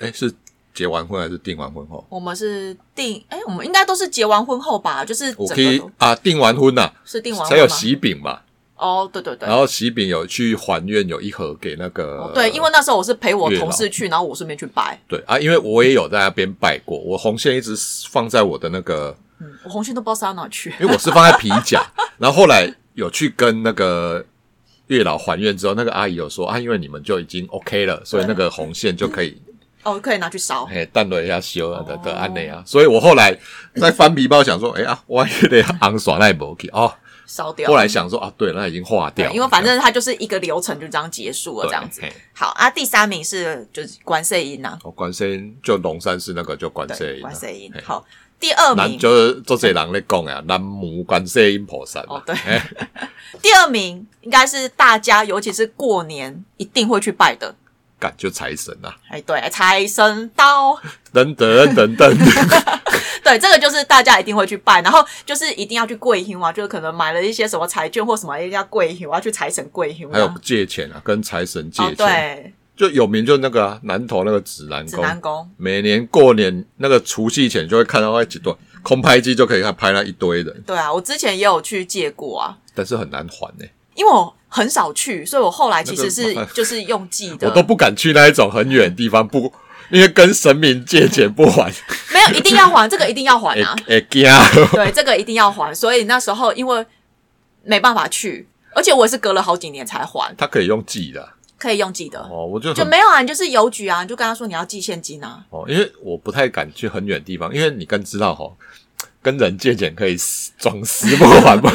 [SPEAKER 1] 哎是结完婚还是订完婚后？
[SPEAKER 2] 我们是订，哎，我们应该都是结完婚后吧，就是整
[SPEAKER 1] 我
[SPEAKER 2] 个
[SPEAKER 1] 可以
[SPEAKER 2] 都
[SPEAKER 1] 啊，订完婚呐、
[SPEAKER 2] 是订完
[SPEAKER 1] 才
[SPEAKER 2] 婚
[SPEAKER 1] 有
[SPEAKER 2] 吗？
[SPEAKER 1] 喜饼嘛。
[SPEAKER 2] 哦，对对对
[SPEAKER 1] 然，后喜饼有去还愿，有一盒给那个、
[SPEAKER 2] 哦对，因为那时候我是陪我
[SPEAKER 1] 月老
[SPEAKER 2] 同事去，然后我顺便去拜，
[SPEAKER 1] 对啊，因为我也有在那边拜过，我红线一直放在我的那个，
[SPEAKER 2] 嗯，我红线都不知道塞到哪去，
[SPEAKER 1] 因为我是放在皮 夹，然后后来有去跟那个月老还愿之后，那个阿姨有说啊，因为你们就已经 OK 了，所以那个红线就可以
[SPEAKER 2] 哦，可以拿去烧，
[SPEAKER 1] 嘿淡了一下修啊的
[SPEAKER 2] 哦
[SPEAKER 1] 的安内啊，所以我后来在翻皮包想说，哎啊，我也得昂耍那不 OK 哦，
[SPEAKER 2] 烧掉。
[SPEAKER 1] 后来想说啊，对，那已经化
[SPEAKER 2] 对，
[SPEAKER 1] 掉了，
[SPEAKER 2] 因为反正它就是一个流程就这样结束了，
[SPEAKER 1] 对
[SPEAKER 2] 这样子。
[SPEAKER 1] 嘿
[SPEAKER 2] 好啊，第三名是就是关圣音呐，
[SPEAKER 1] 哦，关圣就龙山寺那个就关圣
[SPEAKER 2] 对，
[SPEAKER 1] 音啊
[SPEAKER 2] 关，圣音
[SPEAKER 1] 嘿。
[SPEAKER 2] 好，第二
[SPEAKER 1] 咱
[SPEAKER 2] 名，
[SPEAKER 1] 就是做这人咧讲啊，南无观世音菩萨嘛。
[SPEAKER 2] 哦对
[SPEAKER 1] 嘿
[SPEAKER 2] 第二名应该是大家尤其是过年一定会去拜的，
[SPEAKER 1] 感就财神啊，
[SPEAKER 2] 哎，对，财神刀，
[SPEAKER 1] 等等 等等，
[SPEAKER 2] 对，这个就是大家一定会去拜，然后就是一定要去跪香啊，就是可能买了一些什么财券或什么，一定要跪香，我要去财神跪香啊，
[SPEAKER 1] 还有借钱啊，跟财神借
[SPEAKER 2] 哦，
[SPEAKER 1] 钱，
[SPEAKER 2] 对，
[SPEAKER 1] 就有名就那个啊，南投那个指南
[SPEAKER 2] 指
[SPEAKER 1] 宫，
[SPEAKER 2] 南宫，
[SPEAKER 1] 每年过年那个除夕前就会看到那几段空拍机就可以看拍那一堆人，
[SPEAKER 2] 对啊，我之前也有去借过啊，
[SPEAKER 1] 但是很难还呢、
[SPEAKER 2] 因为我很少去，所以我后来其实是
[SPEAKER 1] 那个
[SPEAKER 2] 就是用寄的，
[SPEAKER 1] 我 都不敢去那一种很远的地方，不因为跟神明借钱不 还，
[SPEAKER 2] 没有，一定要还，这个一定要还
[SPEAKER 1] 哎
[SPEAKER 2] 啊！
[SPEAKER 1] 哎惊，
[SPEAKER 2] 对，这个一定要还。所以那时候因为没办法去，而且我也是隔了好几年才还，
[SPEAKER 1] 他可以用寄的啊
[SPEAKER 2] 可以用寄的，
[SPEAKER 1] 哦，我就
[SPEAKER 2] 就
[SPEAKER 1] 很
[SPEAKER 2] 没有啊，你就是邮局啊，你就跟他说你要寄现金啊。
[SPEAKER 1] 哦，因为我不太敢去很远的地方，因为你更知道哈，跟人借钱可以死装死不 还嘛，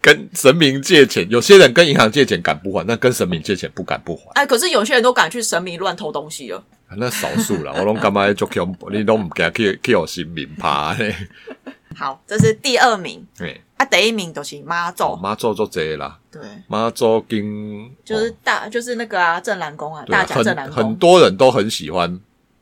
[SPEAKER 1] 跟神明借钱，有些人跟银行借钱敢不还，那跟神明借钱不敢不还，
[SPEAKER 2] 哎，可是有些人都敢去神明乱偷东西了。
[SPEAKER 1] 啊那少数 啦。我拢干嘛就恐怖，你拢唔敢去去有神明怕呢？
[SPEAKER 2] 好，这是第二名
[SPEAKER 1] 嘿
[SPEAKER 2] 啊，第一名就是妈
[SPEAKER 1] 我
[SPEAKER 2] 祖，
[SPEAKER 1] 妈做做这啦，
[SPEAKER 2] 对，
[SPEAKER 1] 妈做经
[SPEAKER 2] 就是
[SPEAKER 1] 哦
[SPEAKER 2] 大、就是那个啊，正南宫啊，
[SPEAKER 1] 对啊
[SPEAKER 2] 大甲正南
[SPEAKER 1] 很很
[SPEAKER 2] 宫。
[SPEAKER 1] 多人都很喜欢，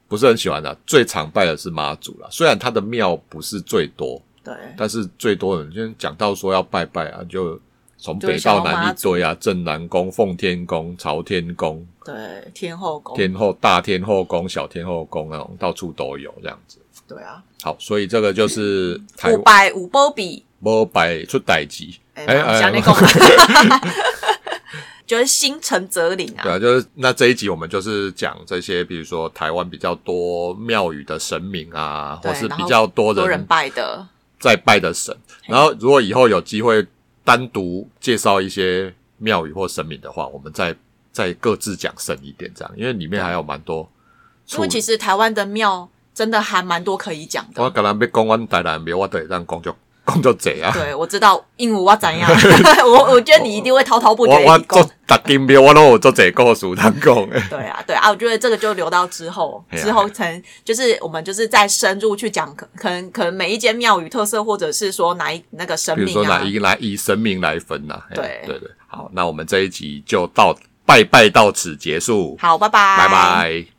[SPEAKER 1] 不是很喜欢的、最常拜的是妈祖啦，虽然她的庙不是最多，
[SPEAKER 2] 对，
[SPEAKER 1] 但是最多人就是讲到说要拜拜啊，就从
[SPEAKER 2] 就
[SPEAKER 1] 北
[SPEAKER 2] 是想要
[SPEAKER 1] 到南
[SPEAKER 2] 妈
[SPEAKER 1] 一
[SPEAKER 2] 祖
[SPEAKER 1] 堆啊，正南宫、奉天宫、朝天宫、
[SPEAKER 2] 对，天后宫，
[SPEAKER 1] 天后大天后宫、小天后宫那种，到处都有这样子。
[SPEAKER 2] 对啊，
[SPEAKER 1] 好，所以这个就是台
[SPEAKER 2] 五百五波比，
[SPEAKER 1] 哎湾拜出代级，
[SPEAKER 2] 哎，想你讲。 就是心诚则灵啊
[SPEAKER 1] 哎对。啊，就是那这一集我们就是讲这些，比如说台湾比较多庙宇的神明啊，
[SPEAKER 2] 对
[SPEAKER 1] 或是
[SPEAKER 2] 然
[SPEAKER 1] 比
[SPEAKER 2] 后
[SPEAKER 1] 较多
[SPEAKER 2] 多人
[SPEAKER 1] 人
[SPEAKER 2] 拜的，
[SPEAKER 1] 在拜的神。然后如果以后有机会单独介绍一些庙宇或神明的话，我们再再各自讲深一点，这样，因为里面还有蛮多
[SPEAKER 2] 因
[SPEAKER 1] 处
[SPEAKER 2] 为
[SPEAKER 1] 理。
[SPEAKER 2] 其实台湾的庙真的还蛮多可以讲
[SPEAKER 1] 我
[SPEAKER 2] 的。
[SPEAKER 1] 可能被公安台南庙，我得让工 作工作者啊。
[SPEAKER 2] 对，我知道鹦鹉 我怎样，我我觉得你一定会滔滔不绝
[SPEAKER 1] 我我
[SPEAKER 2] 地
[SPEAKER 1] 做
[SPEAKER 2] 讲。
[SPEAKER 1] 逐间庙，我拢有做这故事通讲诶。
[SPEAKER 2] 对啊，对啊，我觉得这个就留到之后，
[SPEAKER 1] 嘿啊
[SPEAKER 2] 之后才就是我们就是再深入去讲，可可能可能每一间庙宇特色，或者是说哪一那个神
[SPEAKER 1] 比如
[SPEAKER 2] 明
[SPEAKER 1] 说
[SPEAKER 2] 啊
[SPEAKER 1] 哪，一来以神明来分呐、啊？嘿
[SPEAKER 2] 对
[SPEAKER 1] 对对，好，那我们这一集就到拜拜到此结束，
[SPEAKER 2] 好，拜拜，
[SPEAKER 1] 拜拜。